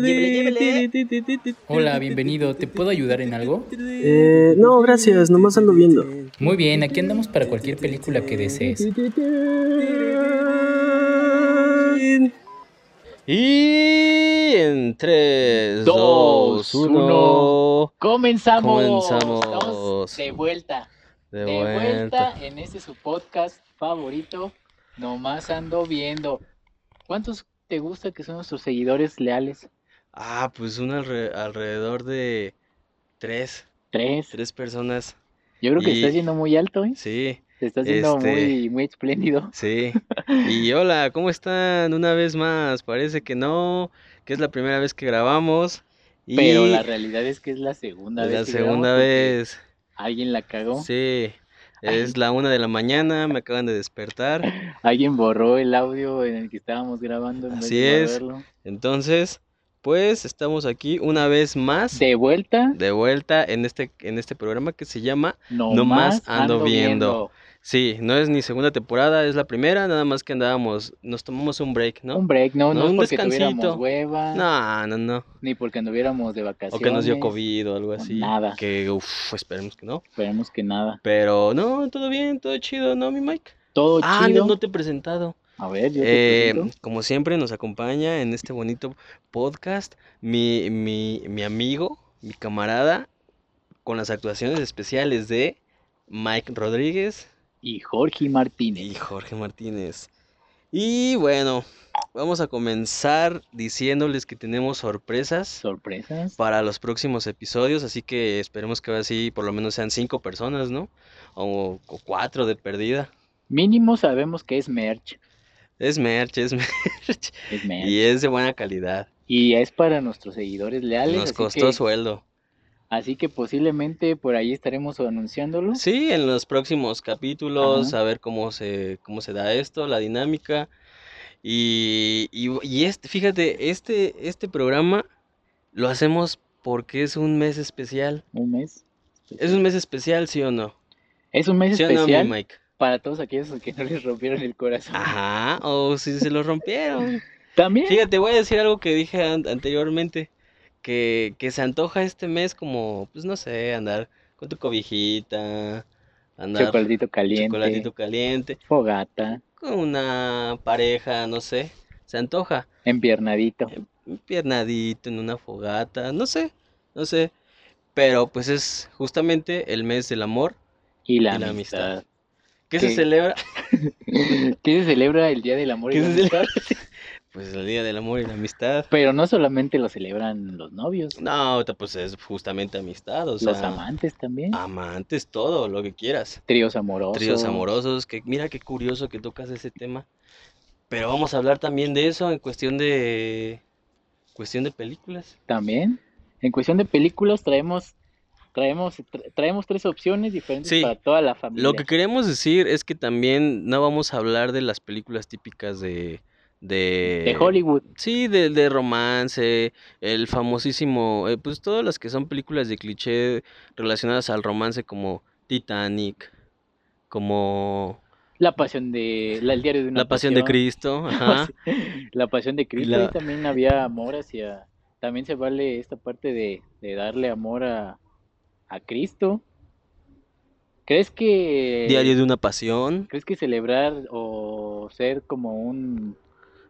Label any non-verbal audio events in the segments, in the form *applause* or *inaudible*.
Llévele, Hola, bienvenido. ¿Te puedo ayudar en algo? Eh, no, gracias, nomás ando viendo. Muy bien, aquí andamos para cualquier película que desees. Y en 3, Dos, 2, 1. Comenzamos. Comenzamos. Estamos de vuelta. De De, vuelta. vuelta. en este su podcast favorito. Nomás ando viendo. ¿Cuántos te gusta que son nuestros seguidores leales? Ah, pues un alre- alrededor de 3. Tres. 3 personas. Yo creo que Y- estás yendo muy alto, ¿eh? Sí, Te estás yendo Este- muy, muy espléndido. sí. *laughs* Y hola, ¿cómo están? Una vez más. Parece que no, que es la primera vez que grabamos. Y Pero la realidad es que es la segunda es vez. la que grabamos segunda porque vez. Alguien la cagó. Sí. Ay. Es la una de la mañana, me acaban de despertar. Alguien borró el audio en el que estábamos grabando. en vez Así de es. guardarlo. Entonces, pues estamos aquí una vez más. De vuelta. de vuelta en este, en este programa que se llama. No, Nomás ando viendo. Sí, no es ni segunda temporada, es la primera, nada más que andábamos, nos tomamos un break, ¿no? Un break, no, no, No, es un porque descansito. tuviéramos hueva, No, no, no. ni porque anduviéramos de O vacaciones. que nos dio COVID o algo así. nada. Que, uff, esperemos que no. Esperemos que nada. Pero no, todo bien, todo chido, ¿no, mi Mike? Todo Ah, chido. no, no te he presentado. A ver, yo Eh, te presento. como siempre, nos acompaña en este bonito podcast mi, mi, mi amigo, mi camarada, con las actuaciones especiales de Mike Rodríguez. Y Jorge Martínez. Y Jorge Martínez. Y bueno, vamos a comenzar diciéndoles que tenemos sorpresas Sorpresas. para los próximos episodios, así que esperemos que ahora sí por lo menos sean cinco personas, ¿no? O, o cuatro de perdida. Mínimo sabemos que es merch. Es merch, es *laughs* merch. Es merch. Y es de buena calidad. Y es para nuestros seguidores leales. Nos así costó que- sueldo. Así que posiblemente por ahí estaremos anunciándolo. Sí, en los próximos capítulos, Ajá. a ver cómo se, cómo se da esto, la dinámica. Y, y, y este, fíjate, este, este programa lo hacemos porque es un mes especial. Un mes. ¿Es un mes especial, sí o no? Es un mes ¿Sí o no, mi Ah, especial Mike? para todos aquellos que no les rompieron el corazón. Ajá, o si se lo rompieron. También. Fíjate, voy a decir algo que dije an- anteriormente, que, que se antoja este mes como, pues no sé, andar con tu cobijita, andar Chocolatito caliente. chocolatito caliente. Fogata. con una pareja, no sé, se antoja, Empiernadito. un piernadito en una fogata, no sé, no sé, pero pues es justamente el mes del amor Y la, y la amistad. amistad. ¿Qué se Sí. celebra? *laughs* *laughs* que se celebra el Día del Amor y ¿Qué la se Amistad, Pues el Día del Amor y la Amistad. pero no solamente lo celebran los novios, No, ta- pues es justamente amistad, o los sea, amantes también, amantes, todo, lo que quieras. tríos amorosos. Tríos amorosos, que mira qué curioso que tocas ese tema. Pero vamos a hablar también de eso en cuestión de cuestión de películas. También. En cuestión de películas traemos traemos tra- traemos tres opciones diferentes Sí. para toda la familia. Lo que queremos decir es que también no vamos a hablar de las películas típicas de... De, de Hollywood, Sí, de, de romance, el famosísimo, eh, pues todas las que son películas de cliché relacionadas al romance como Titanic, como La Pasión de la el diario de una Pues La Pasión *laughs* de Cristo, ajá. La Pasión de Cristo la- y también había amor hacia también se vale esta parte de, de darle amor a a Cristo. ¿Crees que Diario de una Pasión. ¿Crees que celebrar o ser como un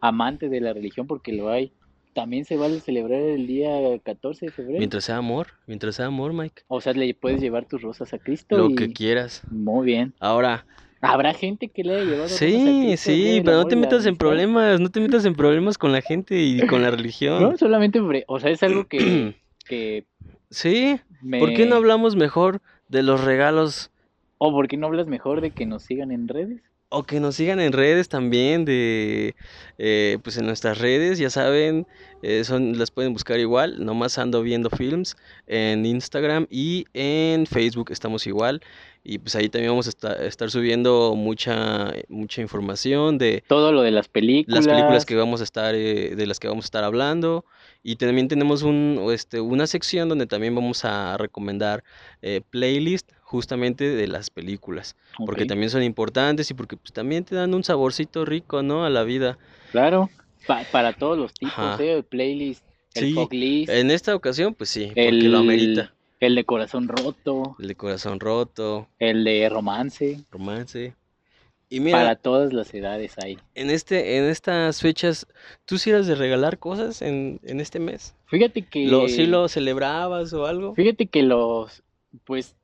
amante de la religión, porque lo hay, también se vale celebrar el día 14 de febrero? Mientras sea amor, mientras sea amor, Mike. O sea, le puedes llevar tus rosas a Cristo. Lo y- que quieras. Muy bien. Ahora, Habrá gente que le haya llevado rosas a sí, Cristo, el Día sí, del pero no Amor te y la metas en Amistad? problemas, no te metas en problemas con la gente y con la religión. *laughs* No, solamente, hombre, o sea, es algo que, *clears throat* que Sí, me... ¿por qué no hablamos mejor de los regalos ¿O por qué no hablas mejor de que nos sigan en redes? o que nos sigan en redes también de eh, pues en nuestras redes, ya saben, eh, son las pueden buscar igual, nomás ando viendo films en Instagram y en Facebook estamos igual y pues ahí también vamos a esta- estar subiendo mucha mucha información de Todo lo de las películas. las películas que vamos a estar eh, de las que vamos a estar hablando y también tenemos un o este una sección donde también vamos a recomendar eh, playlist justamente de las películas porque Ok, también son importantes y porque pues, también te dan un saborcito rico no a la vida Claro, pa- para todos los tipos, Ajá. ¿eh? Playlist El Sí, Fog List, En esta ocasión, pues sí, porque El- lo amerita. el de Corazón Roto, El de corazón roto, el de Romance. romance. Y mira, Para todas las edades hay. en este, en estas fechas, ¿tú sí eras de regalar cosas en, en este mes? Fíjate que. ¿Lo, ¿Sí lo celebrabas o algo? Fíjate que los, pues,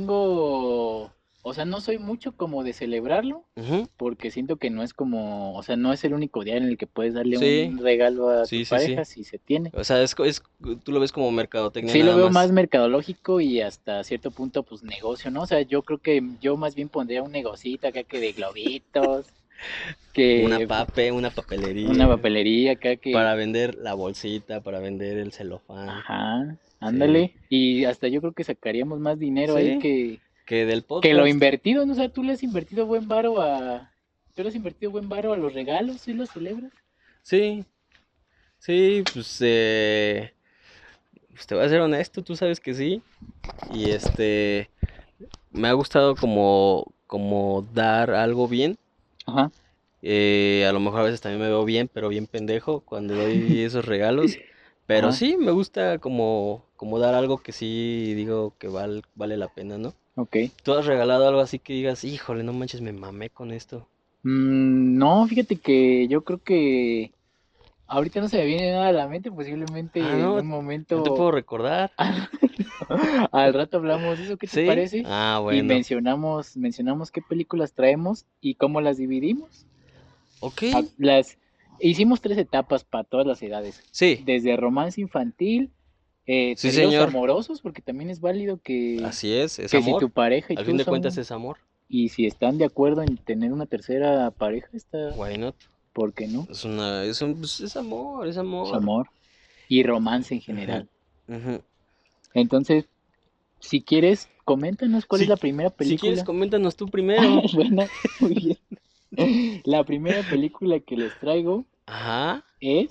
tengo, o sea, no soy mucho como de celebrarlo, Ujú, porque siento que no es como, o sea, no es el único día en el que puedes darle Sí. un regalo a Sí, tu sí, sí. pareja si se tiene. O sea, es, co- es- tú lo ves como mercadotecnia Sí, lo nada veo más mercadológico y hasta cierto punto, pues, negocio, ¿no? O sea, yo creo que yo más bien pondría un negocito acá que de globitos, que *laughs* Una pape, una papelería. una papelería acá que... Para vender la bolsita, para vender el celofán. Ajá, ándale. Y hasta yo creo que sacaríamos más dinero Sí. ahí que... Que del podcast. Que lo invertido, ¿no? O sea, tú le has invertido buen varo a. Tú le has invertido buen varo a los regalos, ¿sí los celebras? Sí. Sí, pues, eh, pues te voy a ser honesto, tú sabes que sí. Y este, me ha gustado como, como dar algo bien. Ajá. Eh, a lo mejor a veces también me veo bien, pero bien pendejo *laughs* cuando doy esos regalos. Pero Ajá. sí, me gusta como, como dar algo que sí digo que val- vale la pena, ¿no? Ok. ¿Tú has regalado algo así que digas, híjole, no manches, me mamé con esto? Mm, no, fíjate que yo creo que. Ahorita no se me viene nada a la mente, posiblemente Ah, en no, un No momento. te puedo recordar. *laughs* Al rato hablamos de eso, ¿qué Ah, te ¿Sí? parece? Ah, Y bueno. mencionamos, mencionamos qué películas traemos y cómo las dividimos. Ok. Ah, Las hicimos tres etapas para todas las edades. Sí, desde romance infantil, eh, Sí, tríos señor. amorosos, porque también es válido que, así es, es que si amor. tu pareja y Al tú fin de son- cuentas es amor. y si están de acuerdo en tener una tercera pareja, está, Why not? ¿por qué no? Es una, es un, pues, es amor, es Es amor. amor y romance en general. Ujú. Entonces, si quieres, coméntanos cuál Si- es la primera Si película. quieres, coméntanos tú primero. *laughs* Bueno, muy bien. *laughs* La primera película que les traigo Ajá. es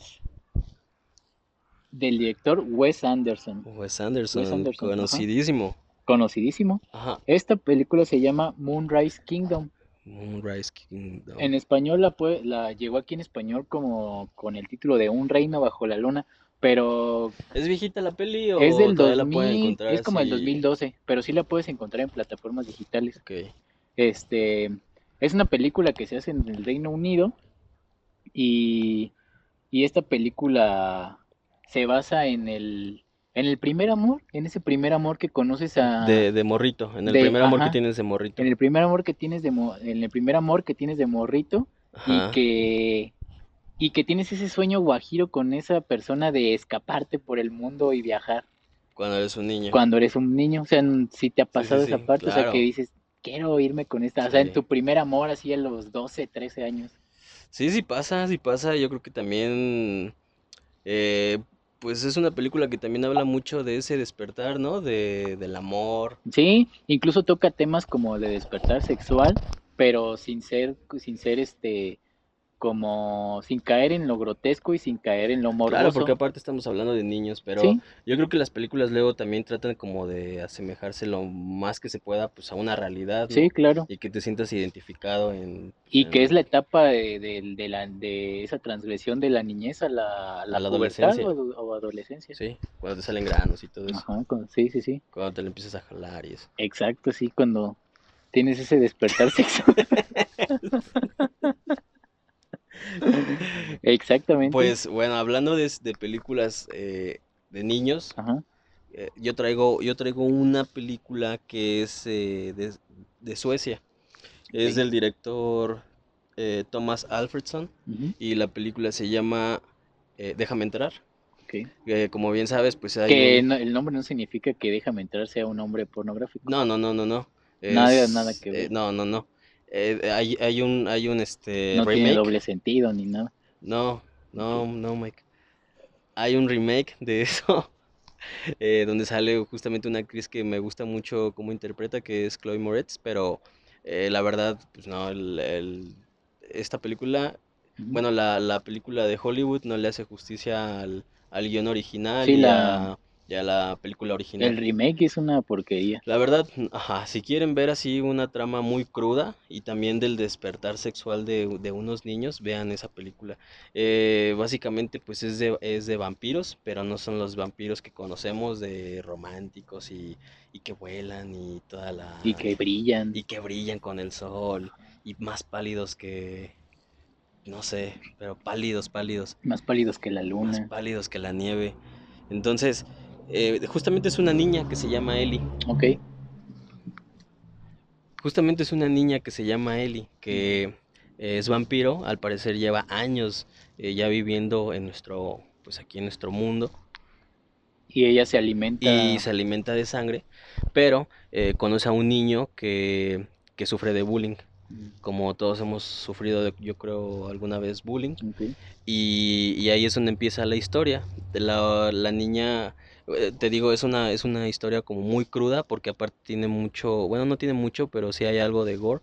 del director Wes Anderson, Wes Anderson, Wes Anderson, ajá. conocidísimo. conocidísimo. Ajá. Esta película se llama Moonrise Kingdom. Ah, Moonrise Kingdom. En español la, pue- la llegó aquí en español como con el título de Un reino bajo la luna, pero ¿Es viejita la peli o es del todavía la pueden 2000, encontrar es como el así? 2012, pero sí la puedes encontrar en plataformas digitales. Ok. Este, es una película que se hace en el Reino Unido y, y esta película se basa en el en el primer amor, en ese primer amor que conoces a De, de morrito, en el Ah. de- primer amor que ajá. tienes de morrito. en el primer amor que tienes de mo- en el primer amor que tienes de morrito y Ajá. que y que tienes ese sueño guajiro con esa persona de escaparte por el mundo y viajar Cuando eres un niño. cuando eres un niño, o sea, n- si te ha pasado sí, esa sí, parte, o sea, claro. que dices, quiero irme con esta, o sea, Sí. en tu primer amor así a los 12, 13 años. Sí, sí pasa, sí pasa. Yo creo que también, eh, pues es una película que también habla mucho de ese despertar, ¿no? De, del amor. Sí, incluso toca temas como de despertar sexual, pero sin ser sin ser este como sin caer en lo grotesco y sin caer en lo Claro, morboso. porque aparte estamos hablando de niños, pero Sí, yo creo que las películas luego también tratan como de asemejarse lo más que se pueda, pues a una realidad, ¿no? sí, claro. Y que te sientas identificado en... Y en- que es la etapa de, de- de la- de esa transgresión de la niñez a la, a la A la pubertad adolescencia. o, ado- o adolescencia. Sí, cuando te salen granos y todo eso. Ajá, con- sí, sí, sí. Cuando te lo empiezas a jalar y eso. Exacto, sí, cuando tienes ese despertar *laughs* *laughs* sexual. Exactamente. Pues bueno, hablando de, de películas eh, de niños, Ajá. eh, yo traigo, yo traigo una película que es eh, de, de Suecia. Es Ok. del director eh, Thomas Alfredson ujú, y la película se llama eh, Déjame entrar. ok. Eh, como bien sabes, pues hay Que un- no- el nombre no significa que déjame entrar sea un hombre pornográfico. No, no, no, no, no. Nada- Es- nada que eh, ver. no, no, no. Eh, hay, hay un, hay un este No tiene remake. doble sentido ni nada. No, no, no, Mike. Hay un remake de *laughs* eso, eh, donde sale justamente una actriz que me gusta mucho cómo interpreta, que es Chloe Moretz, pero eh, la verdad, pues no, el- el- esta película, Ujú. bueno, la, la película de Hollywood no le hace justicia al, al guión original Sí, y la- a, ya la película original. El remake es una porquería. La verdad, ajá, si quieren ver así una trama muy cruda y también del despertar sexual de, de unos niños, vean esa película. Eh, básicamente, pues es de, es de vampiros, pero no son los vampiros que conocemos de románticos y, y que vuelan y toda la... Y que brillan. y que brillan con el sol y más pálidos que... No sé, pero pálidos, pálidos. Más pálidos que la Más luna. pálidos que la nieve. Entonces, eh, justamente es una niña que se llama Ellie. Ok. Justamente es una niña que se llama Ellie, que eh, es vampiro, al parecer lleva años eh, ya viviendo en nuestro, pues aquí en nuestro mundo, Y ella se alimenta. y se alimenta de sangre, pero eh, conoce a un niño que, que sufre de bullying, Mm, como todos hemos sufrido, de- yo creo, alguna vez bullying, Ok. y, y ahí es donde empieza la historia. De La, la niña, eh, te digo, es una, es una historia como muy cruda porque aparte tiene mucho, bueno, no tiene mucho, pero sí hay algo de gore,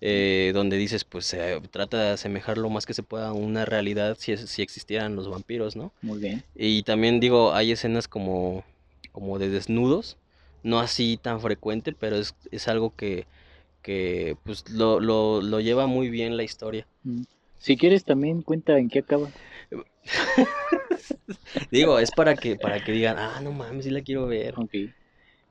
eh, donde dices, pues se trata de asemejar lo más que se pueda a una realidad si, es- si existieran los vampiros, ¿no? Muy bien. Y también digo, hay escenas como, como de desnudos, no así tan frecuente, pero es, es algo que, que pues lo, lo, lo lleva muy bien la historia. Mm. Si quieres también cuenta en qué acaba. Digo, es para que, para que digan, ah, no mames, sí la quiero ver. Ok.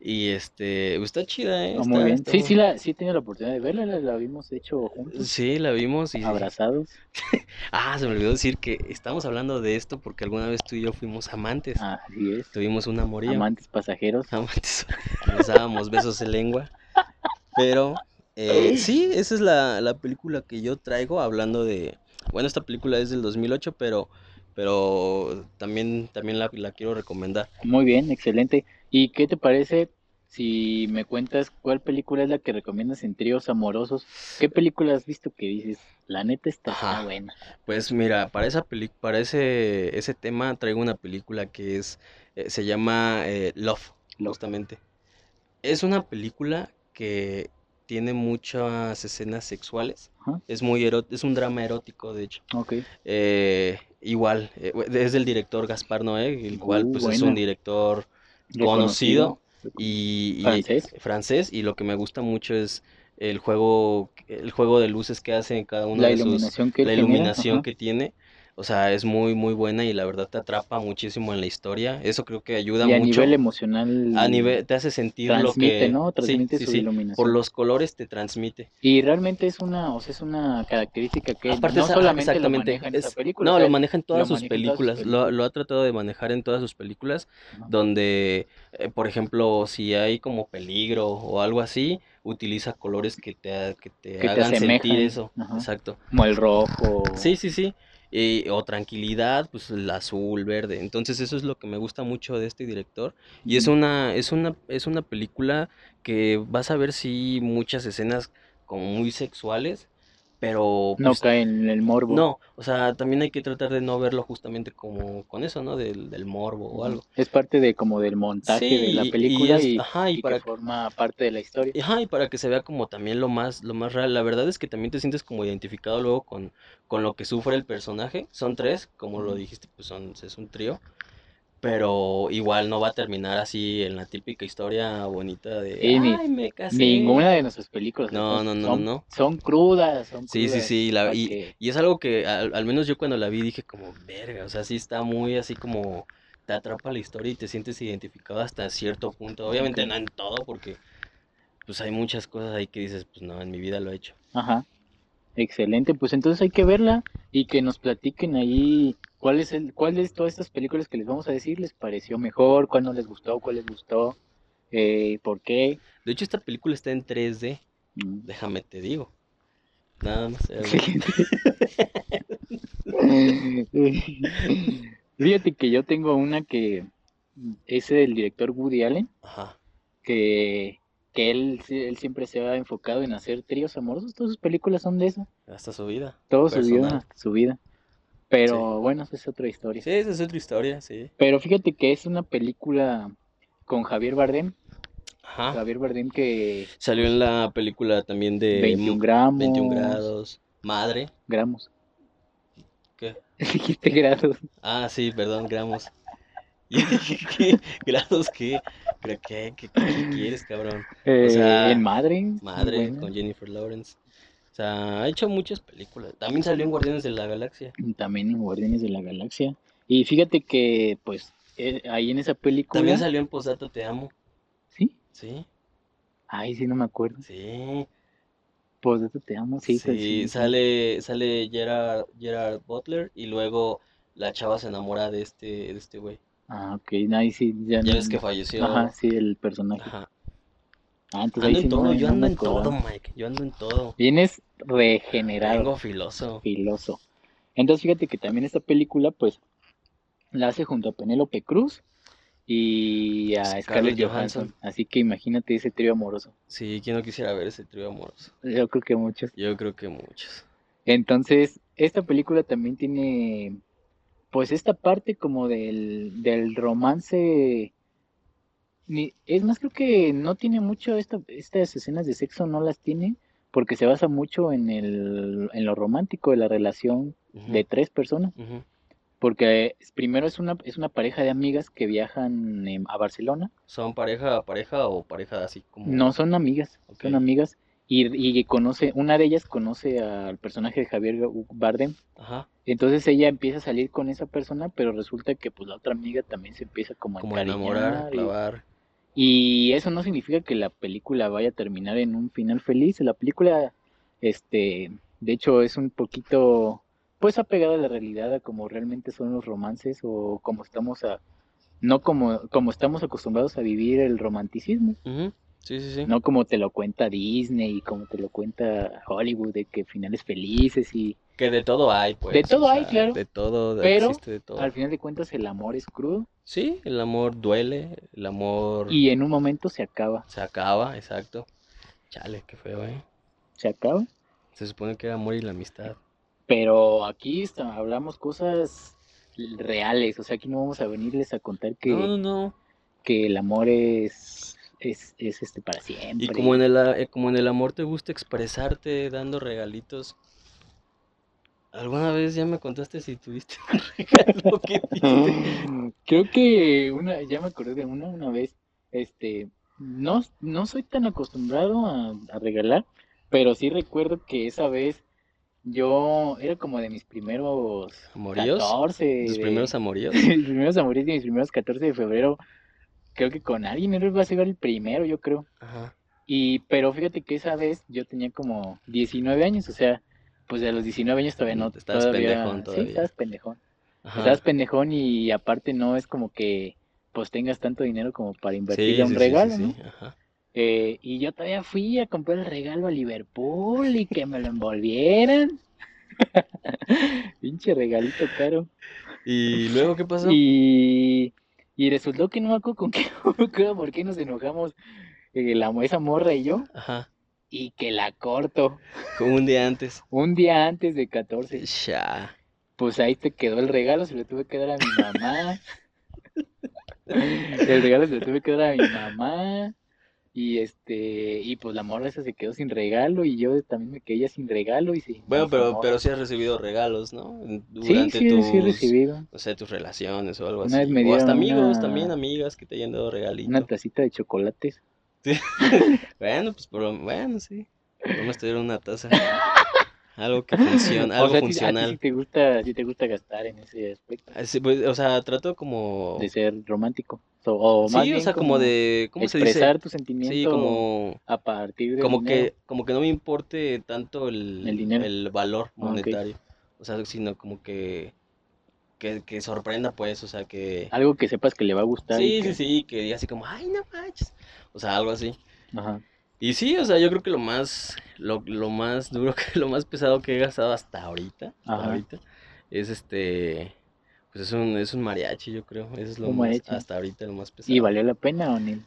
Y este, está chida, ¿eh? Ah, Está- muy bien. está Sí, muy- sí, la, sí he tenido la oportunidad de verla. La, la vimos de hecho juntos. Sí, la vimos y... Abrazados. Ah, se me olvidó decir que estamos hablando de esto porque alguna vez tú y yo fuimos amantes. Así es. Tuvimos un amorío. Amantes pasajeros. *laughs* Amantes. Nos dábamos besos de lengua. Pero, eh, sí, esa es la, la película que yo traigo hablando de... Bueno, esta película es del 2008, pero, pero también, también la, la quiero recomendar. Muy bien, excelente. ¿Y qué te parece si me cuentas cuál película es la que recomiendas en tríos amorosos? ¿Qué película has visto que dices, la neta está Ajá. buena? Pues mira, para esa peli- para ese, ese tema traigo una película que es, eh, se llama eh, Love, Love. justamente. Es una película que tiene muchas escenas sexuales. Ajá. Es muy ero- es un drama erótico, de hecho. Ok, Eh, igual, eh, es del director Gaspar Noé, el cual Uh, pues es un buena. director Reconocido. conocido y, y- Francés. francés, y lo que me gusta mucho es el juego, el juego de luces que hace en cada uno la de sus iluminación que él la genera, iluminación ajá. que tiene, o sea, es muy muy buena y la verdad te atrapa muchísimo en la historia. Eso creo que ayuda y a mucho. nivel emocional a nivel te hace sentir lo transmite, que ¿no? sí, Transmite sí, su sí, iluminación. por los colores te transmite. Y realmente es una, o sea, es una característica que Aparte no esa- solamente lo exactamente, maneja en es- esa película. No, o lo sea, maneja en todas lo sus maneja en todas sus películas, lo, lo ha tratado de manejar en todas sus películas, Ajá. donde, eh, por ejemplo, si hay como peligro o algo así, utiliza colores que te, que te Que te hagan sentir asemejan, eso, ajá. exacto. como el rojo. Sí, sí, sí. Y- o tranquilidad, pues el azul, verde. Entonces eso es lo que me gusta mucho de este director. Y es Ujú. una, es una, es una película que vas a ver sí muchas escenas como muy sexuales, pero No pues, cae en el morbo. no, o sea, también hay que tratar de no verlo justamente como con eso, ¿no? Del, del morbo o algo. Es parte de como del montaje Sí, de la y- y película es- y, ajá, y y que para que- forma parte de la historia. Ajá, y para que se vea como también lo más, lo más real. La verdad es que también te sientes como identificado luego con, con lo que sufre el personaje. Son tres, como lo Ujú. dijiste, pues son, es un trío. Pero igual no va a terminar así en la típica historia bonita de Sí, ni- ay, me casé. Ninguna de nuestras películas No, entonces, no, no, son, no. son crudas, son Sí, sí, crudas, sí. la- pa' y, que- y es algo que al, al menos yo cuando la vi dije como, verga, o sea, sí está muy así como te atrapa la historia y te sientes identificado hasta cierto punto. Obviamente Ok. no en todo, porque pues hay muchas cosas ahí que dices, pues no, en mi vida lo he hecho. Ajá. Excelente, pues entonces hay que verla y que nos platiquen ahí cuál es el, cuál es todas estas películas que les vamos a decir, les pareció mejor, cuál no les gustó, cuál les gustó, eh, por qué. *laughs* De hecho, esta película está en 3D, Mm. déjame te digo. Nada más. era algo- Fíjate que yo tengo una que es del director Woody Allen, Ajá. que, que él, sí- él siempre se ha enfocado en hacer tríos amorosos, todas sus películas son de eso, Hasta su vida. todo su personal. vida, su vida. Pero bueno, esa es otra historia. Sí, esa es otra historia, sí. Pero fíjate que es una película con Javier Bardem, Ajá. Javier Bardem que Salió en la película también de 21 Mu- gramos, 21 grados. Madre. gramos, ¿Qué? *laughs* dijiste grados, Ah, sí, perdón, gramos. *laughs* ¿Qué? ¿Grados qué? ¿Pero qué? ¿Qué, qué quieres, cabrón? Eh, sea, en Madre. Madre, bueno, con Jennifer Lawrence. O sea, ha hecho muchas películas. También salió en Guardianes de la Galaxia. También en Guardianes de la Galaxia. Y fíjate que, pues, eh, ahí en esa película. También salió en Posata Te Amo. ¿Sí? Sí, Ay, sí, no me acuerdo. sí. Pues de eso te amo, sí. pues, sí. sale, sale Gerard, Gerard Butler y luego la chava se enamora de este, de este güey. Ah, ok, no, ahí sí. Ya, no- Ya ves que falleció. Ajá, sí, el personaje. Ajá. Ah, entonces Ando ahí sí en no, todo, me- yo no ando me en todo, acordaba. Mike. Yo ando en todo. Vienes regenerado. Vengo filoso. filoso. Entonces, fíjate que también esta película, pues, la hace junto a Penélope Cruz y a Scarlett Scarlett Johansson. Así que imagínate ese trío amoroso. Sí, ¿quién no quisiera ver ese trío amoroso? Yo creo que muchos. Yo creo que muchos. Entonces, esta película también tiene, pues, esta parte como del, del romance. Ni- es más, creo que no tiene mucho esta- estas escenas de sexo, no las tiene, porque se basa mucho en, el, en lo romántico de la relación Ujú, de tres personas. ujú. Porque primero es una, es una pareja de amigas que viajan em, a Barcelona. ¿Son pareja, pareja o pareja así como? No son amigas, Ok. son amigas. Y, y conoce, una de ellas conoce al personaje de Javier Bardem. Ajá, Entonces ella empieza a salir con esa persona, pero resulta que pues la otra amiga también se empieza como a como enamorar, encariñar y- clavar. Y eso no significa que la película vaya a terminar en un final feliz. La película, este, de hecho, es un poquito, pues, apegada a la realidad, a como realmente son los romances o como estamos a, no como, como estamos acostumbrados a vivir el romanticismo, Ujú, Sí, sí, sí. no como te lo cuenta Disney y como te lo cuenta Hollywood de que finales felices y Que de todo hay, pues. De todo o hay, sea, claro. De todo, de- Pero, existe de todo. al final de cuentas el amor es crudo Sí, el amor duele, el amor y en un momento se acaba, se acaba, exacto. Chale, qué feo, ¿eh? se acaba. Se supone que era amor y la amistad. Pero aquí está- hablamos cosas reales, o sea, aquí no vamos a venirles a contar que, No, no, no. que el amor es, es, es, este para siempre. Y como en, el, a- eh, como en el amor te gusta expresarte dando regalitos. ¿Alguna vez ya me contaste si tuviste un *laughs* regalo que diste? *laughs* Creo que una, ya me acordé de una una vez, este, no, no soy tan acostumbrado a, a regalar, pero sí recuerdo que esa vez yo era como de mis primeros ¿Amoríos? 14, ¿Tus de- primeros amoríos? mis primeros amores de mis primeros 14 de febrero, creo que con alguien, él va a ser el primero, yo creo. Ajá. Y, pero fíjate que esa vez yo tenía como 19 años, o sea, pues a los 19 años todavía no. Mm, estabas todavía- pendejón Sí, todavía. estabas pendejón. ajá. Estabas pendejón y aparte no es como que pues tengas tanto dinero como para invertir Sí, a un sí, sí, sí, regalo, sí, ¿no? ajá. Eh, y yo todavía fui a comprar el regalo a Liverpool y que me lo envolvieran. *laughs* Pinche regalito caro. ¿Y luego qué pasó? Y, y resultó que no me acuerdo con qué, *laughs* por qué nos enojamos eh, la, esa morra y yo, Ajá. y que la corto Como un día antes. un día antes de 14. Ya. Pues ahí te quedó el regalo, se lo tuve que dar a mi mamá. *laughs* El regalo se lo tuve que dar a mi mamá. Y este, y pues la morra esa se quedó sin regalo y yo también me quedé ya sin regalo y sí. Bueno, nos pero, amor. pero sí has recibido regalos, ¿no? En- sí, Durante sí, sí he tus, recibido. no sé, tus relaciones o algo Una vez así. me O hasta dieron amigos, una- también amigas que te hayan dado regalito. Una tacita de chocolates. Bueno, pues por lo bueno, sí. No me dieron *laughs* una taza. Algo que funciona, O algo sea, a ti- a ti sí funcional. te gusta, sí te gusta gastar en ese aspecto. Así, pues, o sea, trato como de ser romántico. So- o más Oh. Sí, o bien sea, como de ¿cómo se dice? expresar tu Sí, sentimiento como a partir de como que como que no me importe tanto el El dinero. Ah, el valor ok. monetario. O sea, sino como que que, que sorprenda pues, o sea, que algo que sepas que le va a gustar. Ah, y Sí, que- sí, sí, que diga así como, "Ay, no manches." O sea, algo así. Ajá. Y sí, o sea, yo creo que lo más, lo, lo más duro, *laughs* que, lo más pesado que he gastado hasta ahorita, hasta Ajá. ahorita, es este, pues es un, es un mariachi, yo creo, eso es lo Un más, mariachi. hasta ahorita lo más ¿Y pesado. valió la pena o no?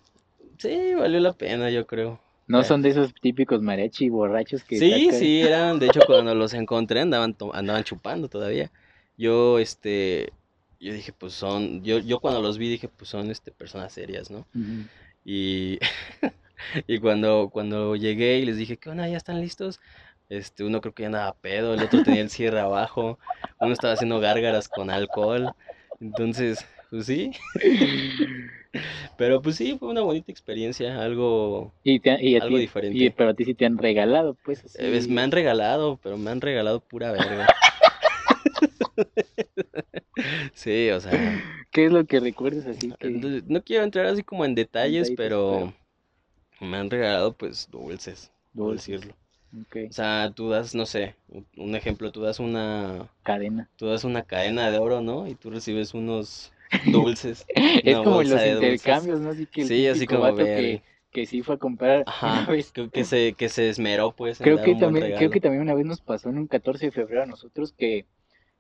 Sí, valió la pena, yo creo. No Ya. son de esos típicos mariachi borrachos que Sí, sacan- sí, eran, de hecho, cuando los encontré andaban, to- andaban chupando todavía. Yo, este, yo dije, pues son, yo, yo cuando los vi dije, pues son, este, personas serias, ¿no? Ujú. Y, *laughs* y cuando, cuando llegué y les dije, ¿qué onda? ¿Ya están listos? Este, uno creo que ya andaba pedo, el otro tenía el cierre abajo, uno estaba haciendo gárgaras con alcohol. Entonces, Pues sí. *laughs* Pero pues sí, fue una bonita experiencia, algo... Y te, y a Algo ti- diferente. y- pero a ti sí te han regalado, pues. así. eh, pues, me han regalado, pero me han regalado pura verga. *laughs* sí, o sea, ¿Qué es lo que recuerdas así? que- Ah, no- no quiero entrar así como en detalles, detalles, pero me han regalado pues dulces, por Dulces. decirlo. Ok, O sea, tú das, no sé, un- un ejemplo, tú das una, cadena. tú das una cadena de oro, ¿no? Y tú recibes unos *laughs* dulces. es una como en bolsa los de dulces. intercambios, ¿no? Así que el Sí, así típico como vato ver. que, que sí fue a comprar *laughs* Ajá, una vez. creo que se, que se esmeró pues en Creo dar que un buen también, creo que regalo. también una vez nos pasó en un 14 de febrero a nosotros que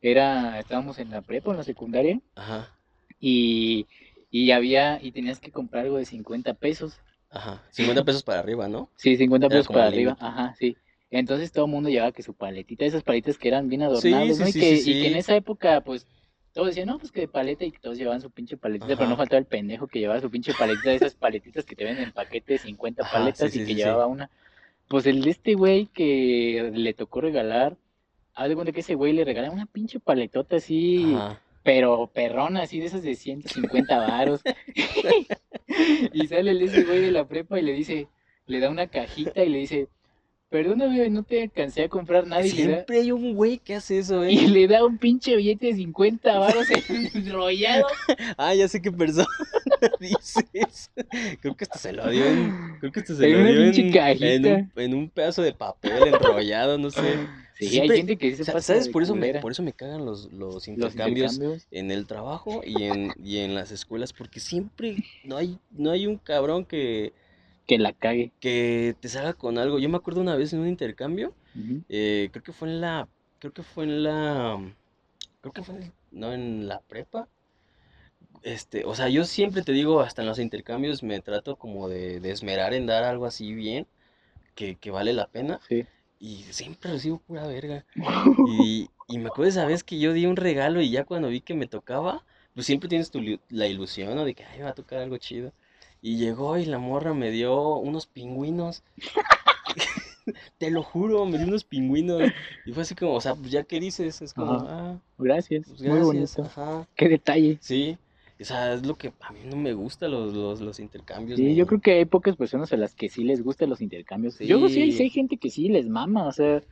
era, estábamos en la prepa, en la secundaria, Ajá, y, y había, y tenías que comprar algo de 50 pesos. ajá. *laughs* 50 pesos para arriba, ¿no? Sí, 50 Era pesos como para el arriba, límite. ajá, sí. Entonces todo el mundo llevaba que su paletita, esas paletas que eran bien Sí, adornadas, sí, ¿no? Y sí, que, sí, y que en sí. esa época, pues, todos decían, no, pues que de paleta, y que todos llevaban su pinche paletita, pero Ajá. no faltaba el pendejo que llevaba su pinche paletita, de esas paletitas que te venden en paquete de 50 Ajá, paletas sí, sí, y que sí, sí. llevaba una. Pues el de este güey que le tocó regalar, haz de cuenta que ese güey le regalaron una pinche paletota así, Ajá. pero perrona, así de esas de 150 varos. y sale el ese güey de la prepa y le dice, le da una cajita y le dice, perdóname, no te alcancé a comprar nada. Y le da, Siempre hay un güey que hace eso, y ¿eh? le da un pinche billete de 50 varos *laughs* enrollado. Ah, ya sé qué persona *laughs* dices. Creo que esto se lo dio en... Creo que esto se En lo una dio pinche en, cajita. en un, en un pedazo de papel enrollado, no sé. Sí, Siempre- hay gente que sí se Sa- pasa ¿Sabes? de Por eso, me, culera. por eso me cagan los, los los intercambios intercambios. en el trabajo y en, y en las escuelas, porque siempre no hay, no hay un cabrón que, Que la cague. que te salga con algo. Yo me acuerdo una vez en un intercambio, Ujú. eh, creo que fue en la, creo que fue en la, creo que fue, en- no, en la prepa. Este, o sea, yo siempre te digo, hasta en los intercambios me trato como de, de esmerar en dar algo así bien, que, que vale la pena. Sí. Y siempre recibo *laughs* pura verga. Y, y me acuerdo de esa vez que yo di un regalo y ya cuando vi que me tocaba, pues siempre tienes tu, liu- la ilusión, ¿no? De que, ay, me va a tocar algo chido. Y llegó y la morra me dio unos pingüinos. *laughs* Te lo juro, me dio unos pingüinos. Y fue así como, o sea, pues ya qué dices, es como, Ajá. ah, Gracias. pues Muy gracias, bonito. ajá. Qué detalle. Sí, o sea, es lo que a mí no me gusta los, los, los intercambios. Sí, yo ni- creo que hay pocas personas a las que sí les gustan los intercambios. Yo creo que sí hay, Sí. sí hay gente que sí les mama, o sea,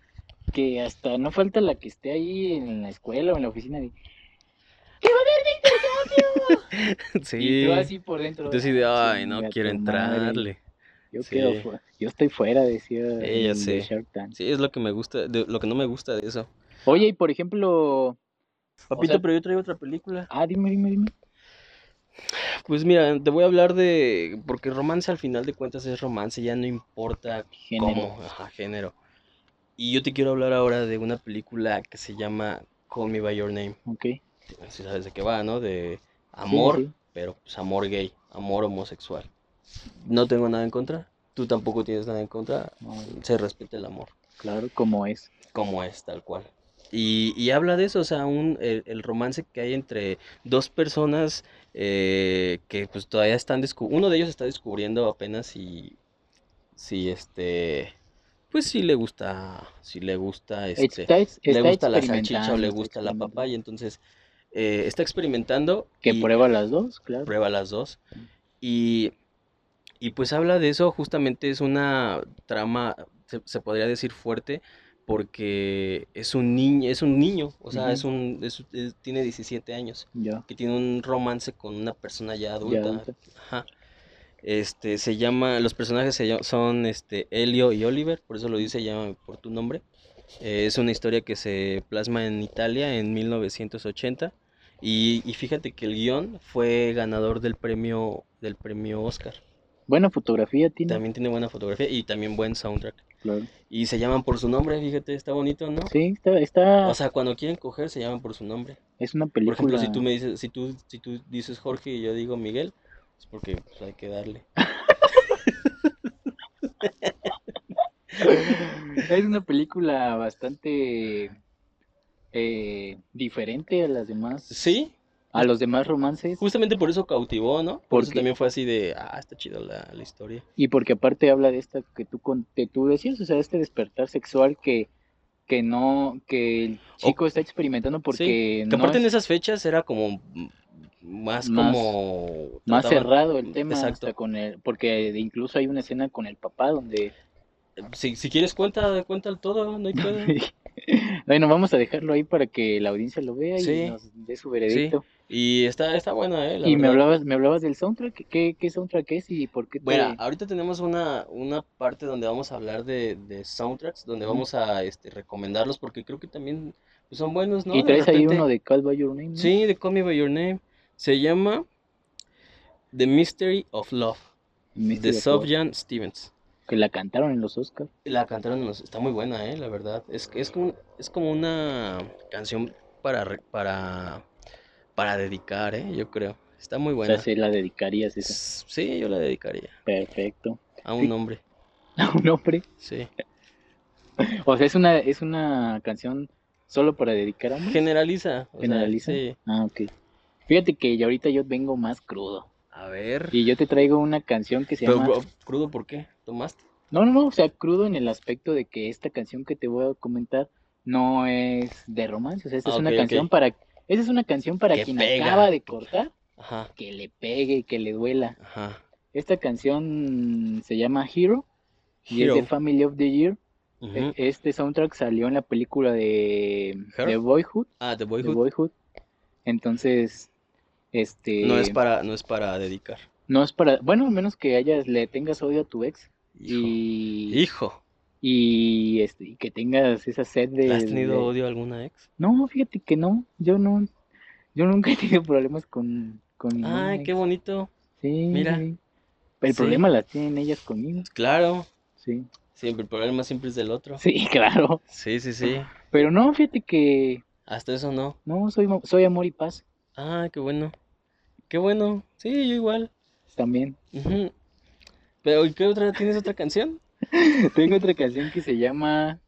que hasta no falta la que esté ahí en la escuela o en la oficina de- y *laughs* Sí, tú así por dentro. Yo sí de, "Ah, ay, no chinga quiero tu madre, entrarle. Yo Sí. quedo fu- yo estoy fuera, decía Eh, ya el de sé. Shark Tank. Sí, es lo que me gusta, de- lo que no me gusta de eso. Oye, y por ejemplo, Papito, sea- pero yo traigo otra película. ah, dime, dime, dime. Pues mira, te voy a hablar de. Porque romance al final de cuentas es romance, ya no importa Género. cómo, ajá, género. Y yo te quiero hablar ahora de una película que se llama Call Me By Your Name. Ok. sí, Si sabes de qué va, ¿no? De amor, sí. pero pues amor gay, amor homosexual. No tengo nada en contra, tú tampoco tienes nada en contra, No, se respeta el amor. claro, como es. como es, tal cual. Y, y habla de eso, o sea, un, el, el romance que hay entre dos personas eh, que pues todavía están descubriendo, uno de ellos está descubriendo apenas si, si este, pues si le gusta, si le gusta este, Está, ex- le está gusta la salchicha o experimentando, le está gusta la experimentando. papaya, entonces eh, está experimentando Que y- prueba las dos, claro. prueba las dos. Y, y pues habla de eso, justamente es una trama, se, se podría decir fuerte, porque es un niño, es un niño, o sea, Ujú. es un, es- es- tiene 17 años, Ya, que tiene un romance con una persona ya ya, adulta. Ajá. Este, se llama, los personajes se llam- son este, Helio y Oliver, por eso lo dice Llámame por tu nombre. Eh, es una historia que se plasma en Italia en 1980 y, y fíjate que el guión fue ganador del premio, del premio Oscar. Buena fotografía tiene, También tiene buena fotografía y también buen soundtrack. claro. Y se llaman por su nombre, fíjate, está bonito, ¿no? Sí, está, está O sea, cuando quieren coger se llaman por su nombre. es una Por película. ejemplo, si tú me dices, si tú, si tú dices Jorge y yo digo Miguel, es porque pues, hay que darle. *laughs* Es una película bastante eh, diferente a las demás, Sí, a los demás romances Justamente por eso cautivó, ¿no? Por eso Porque- también fue así de, ah, está chida la, la historia. y porque aparte habla de esta que tú con- que tú decías, o sea, este despertar sexual que que no que el chico está experimentando porque Que no aparte en es- esas fechas era como, mm, más, Más- como... Más trataban- cerrado el tema, Exacto. hasta con el, porque incluso hay una escena con el papá donde *laughs* Si, si quieres cuenta, cuenta el todo, no hay pedo. *laughs* Bueno, vamos a dejarlo ahí para que la audiencia lo vea Sí. y nos dé su veredicto. y está, está buena, ¿eh? la y me verdad. hablabas, me hablabas del soundtrack, ¿qué, qué soundtrack es y por qué te- Bueno, ahorita tenemos una, una parte donde vamos a hablar de, de soundtracks, donde Ujú. vamos a este, recomendarlos porque creo que también pues, son buenos, ¿no? y De traes ahí repente- uno de Call by Your Name, ¿no? Sí, de Call Me By Your Name. Se llama The Mystery of Love, Mystery de of Love, Sofjan Stevens. que la cantaron en los Oscars. La cantaron, en los- está muy buena, ¿eh? La verdad. Es, es, como, es como una canción para, re- para, para dedicar, ¿eh? Yo creo. Está muy O buena. sea, se la dedicarías esa. Sí, yo la dedicaría Perfecto. *laughs* a un hombre. A un hombre. Sí. O sea, es una, es una canción solo para dedicar a un Generaliza. o sea, Generaliza. sí. Ah, ok. Fíjate que ya ahorita yo vengo más crudo. A ver. Y yo te traigo una canción que se Pero llama... cru- crudo, ¿por qué? ¿Tomaste? No, no, no, o sea, crudo en el aspecto de que esta canción que te voy a comentar no es de romance, o sea, esta Ah, es una ok, ok. canción para, esa es una canción para Que quien pega. acaba de cortar, Ajá, que le pegue, que le duela. ajá. Esta canción se llama Hero y es de Hero. Family of the Year. Ujú. E- Este soundtrack salió en la película de, Her. de Boyhood, Ah, The de Boyhood. Boyhood. Entonces, este, No es para, no es para dedicar. no es para, bueno, a menos que hayas, le tengas odio a tu ex Hijo. y... Hijo. y, este, y que tengas esa sed de, ¿Has tenido de- odio a alguna ex? No, fíjate que no, yo no, yo nunca he tenido problemas con, con ninguna Ay, qué ex. bonito. Sí, mira. sí. El Sí. problema las tienen ellas conmigo, Claro. sí. Siempre el problema siempre es del otro. Sí, *laughs* claro. Sí, sí, sí. Pero no, fíjate que Hasta eso no. no, soy, mo- soy amor y paz Ah, qué bueno. Qué bueno. Sí, yo igual. también. *laughs* Ujú. Pero, ¿y qué otra? ¿Tienes otra canción? Tengo otra canción que se llama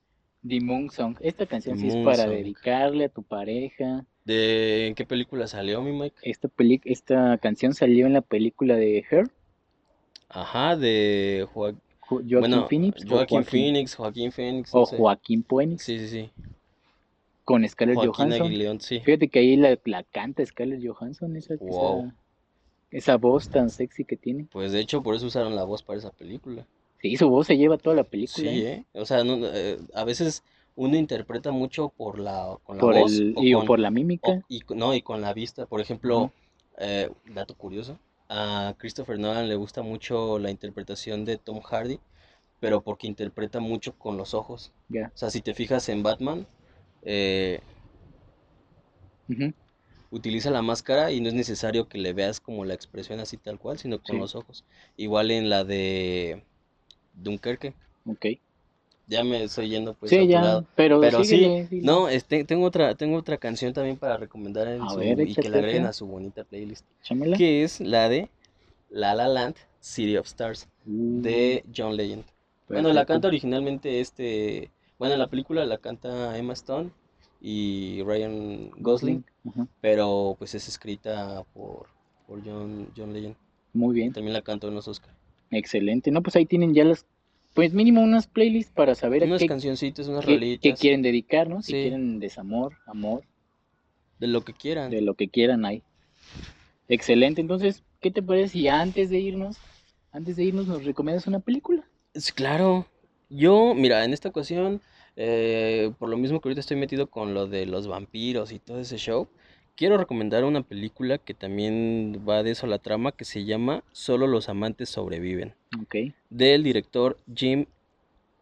The Moon Song. Esta canción The sí es Moon para Song. dedicarle a tu pareja. ¿De en qué película salió, mi Mike? Esta, peli esta canción salió en la película de Her, Ajá, de Joa- Jo- Joaquin bueno, Phoenix. o Joaquín Joaquin- Phoenix, Joaquín Phoenix, no O sé. Joaquín Phoenix Sí, sí, sí. con Scarlett Joaquín Johansson. Aguilón, sí. Fíjate que ahí la, la canta Scarlett Johansson, esa, esa- Wow. esa voz tan sexy que tiene. Pues de hecho, por eso usaron la voz para esa película. Sí, su voz se lleva toda la película. Sí, ¿eh? ¿eh? O sea, no- no, eh, a veces uno interpreta mucho por la, con la Por voz el, o y o con- por la o- mímica. y, con- no, y con la vista. Por ejemplo, Ujú. eh, dato curioso, a Christopher Nolan le gusta mucho la interpretación de Tom Hardy, pero porque interpreta mucho con los ojos. Ya. O sea, si te fijas en Batman, eh, Ujú. utiliza la máscara y no es necesario que le veas como la expresión así tal cual, sino con Sí. los ojos. Igual en la de Dunkerque. Ok. Ya me estoy yendo pues a sí, tu ya. lado. Pero, Pero síguele, síguele. No, este, tengo otra, tengo otra canción también para recomendar en A su- ver, y que échate la agreguen otra. a su bonita playlist, Échamela. que es la de La La Land, City of Stars, Uh, de John Legend. Bueno, la perfecto. canta originalmente este, bueno, la película la canta Emma Stone y Ryan Gosling, Ajá. pero pues es escrita por, por John, John Legend. Muy bien. También la cantó en los Oscar. Excelente. No, pues ahí tienen ya las. Pues mínimo unas playlists para saber a Unas qué, cancioncitas, unas qué- qué rolitas, quieren dedicar, ¿no? Si Sí. quieren desamor, amor. de lo que quieran. de lo que quieran ahí. Excelente, entonces, ¿qué te parece si antes de irnos, antes de irnos nos recomiendas una película? Sí, claro. Yo, mira, en esta ocasión, eh, por lo mismo que ahorita estoy metido con lo de los vampiros y todo ese show, quiero recomendar una película que también va de eso a la trama, que se llama Solo los amantes sobreviven, Ok, del director Jim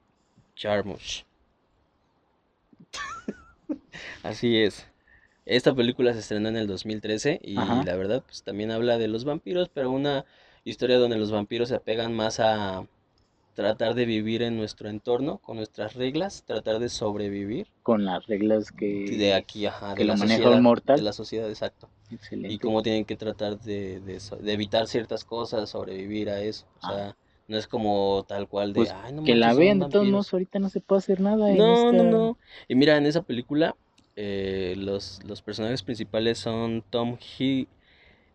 *laughs* Jarmusch. Así es. Esta película se estrenó en el 2013 y Ajá. la verdad, pues también habla de los vampiros, pero una historia donde los vampiros se apegan más a tratar de vivir en nuestro entorno, con nuestras reglas, tratar de sobrevivir con las reglas que... de aquí, ajá, que de lo la maneja un sociedad, mortal. de la sociedad, exacto. Excelente. Y cómo tienen que tratar de, de so- de evitar ciertas cosas, sobrevivir a eso. O Ah. sea, no es como tal cual de, Pues, ay, no que la manches, son vean de todos vampiros". modos, ahorita no este se puede hacer nada. en No, no, esta- no. Y mira, en esa película eh, los, los personajes principales son Tom Hi-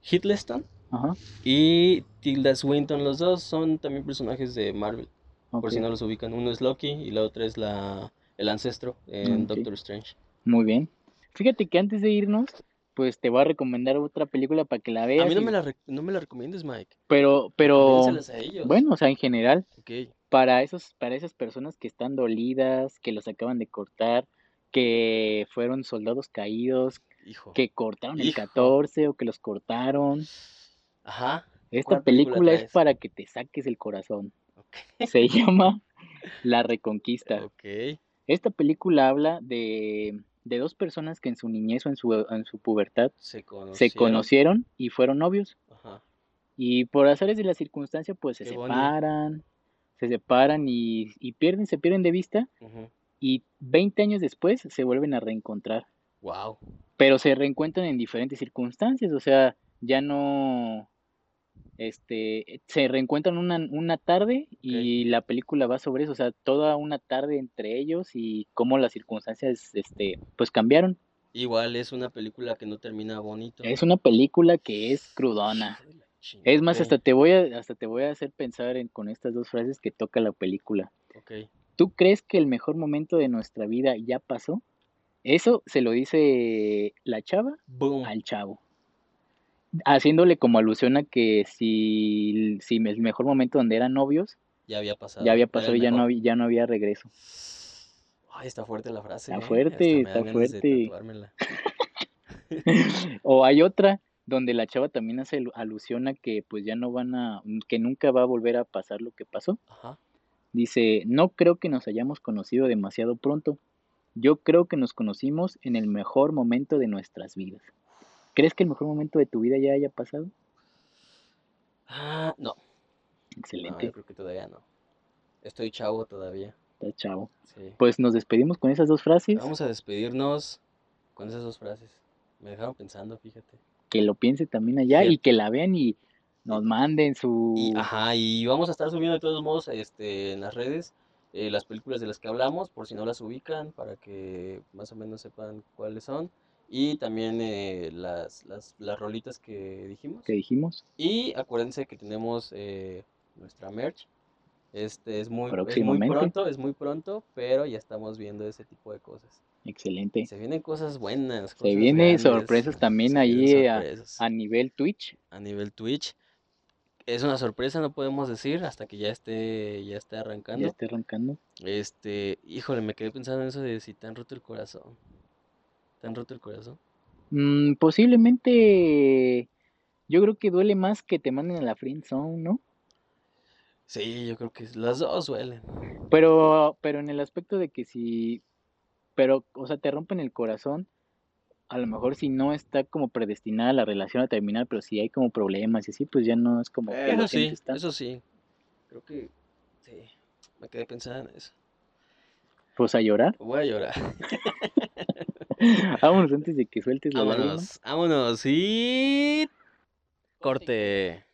Hiddleston Ajá, y Tilda Swinton. Los dos son también personajes de Marvel, por ok, si no los ubican. Uno es Loki y la otra es la, el ancestro en Ok. Doctor Strange. Muy bien. Fíjate que antes de irnos, pues te va a recomendar otra película para que la veas. A mí no y- me la, re- no me la recomiendes, Mike. Pero, pero, Dénselas a ellos. Oh, bueno, o sea, en general, Ok. para esos, para esas personas que están dolidas, que los acaban de cortar, que fueron soldados caídos, Hijo. que cortaron el Hijo. 14 o que los cortaron. Ajá. Esta ¿Cuál película, película es traes? para que te saques el corazón. Ok. Se *laughs* llama La Reconquista. Ok. Qué Esta película habla de, de dos personas que en su niñez o en su, en su pubertad Se se conocieron y fueron novios. Ajá. Y por azares de la circunstancia, pues se Qué bonito. separan, se separan y, y pierden, se pierden de vista. Y 20 años después se vuelven a reencontrar. Wow. Pero se reencuentran en diferentes circunstancias. O sea, ya no. Este, se reencuentran una, una tarde y la película va sobre eso, o sea, toda una tarde entre ellos y cómo las circunstancias, este, pues cambiaron. Igual es una película que no termina bonito. Es una película que es crudona. Hijo de la chingada. Es más, Ok, hasta te voy a, hasta te voy a hacer pensar en, con estas dos frases que toca la película. ok. ¿Tú crees que el mejor momento de nuestra vida ya pasó? Eso se lo dice la chava Boom. al chavo. Haciéndole como alusión a que si, si el mejor momento donde eran novios Ya había pasado. ya había Ah, Era pasado el y ya no, mejor. había, ya no había regreso. *laughs* Ay, está fuerte la frase. Está ¿eh? fuerte, Hasta me dan está ganas de fuerte. tatuármela. O hay otra donde la chava también hace alu- alusión a que pues ya no van a, que nunca va a volver a pasar lo que pasó. Ajá. Dice, no creo que nos hayamos conocido demasiado pronto. Yo creo que nos conocimos en el mejor momento de nuestras vidas. ¿Crees que el mejor momento de tu vida ya haya pasado? Ah, no. No, Excelente, yo creo que todavía no. Estoy chavo todavía. está chavo. Sí. Pues nos despedimos con esas dos frases. Vamos a despedirnos con esas dos frases. Me dejaron pensando, fíjate. Que lo piense también allá y Cierto. que la vean y nos manden su... Y, ah. ajá, y vamos a estar subiendo de todos modos este, en las redes eh, las películas de las que hablamos, por si no las ubican, para que más o menos sepan cuáles son. Y también eh, las, las, las rolitas que dijimos. que dijimos. Y acuérdense que tenemos eh, nuestra merch. Este es muy, es muy Próximamente. pronto, es muy pronto, pero ya estamos viendo ese tipo de cosas. Excelente. Se vienen cosas buenas, Se cosas vienen grandes, sorpresas también se vienen ahí eh, a, sorpresas a nivel Twitch. a nivel Twitch. Es una sorpresa, no podemos decir, hasta que ya esté, ya esté Ya arrancando. está arrancando. Este, híjole, me quedé pensando en eso de si te han roto el corazón. ¿Te han roto el corazón? Mm, posiblemente... Yo creo que duele más que te manden a la Friend Zone, ¿no? Sí, yo creo que las dos duelen. Pero, pero en el aspecto de que si, pero, o sea, te rompen el corazón, a lo mejor si no está como predestinada la relación a terminar, pero si hay como problemas y así, pues ya no es como que lo Eso sí, sientes tanto. eso sí. Creo que sí. Me quedé pensando en eso. Pues a llorar. *laughs* Voy a llorar. Vámonos antes de que sueltes la lágrima. Vámonos, vámonos y corte.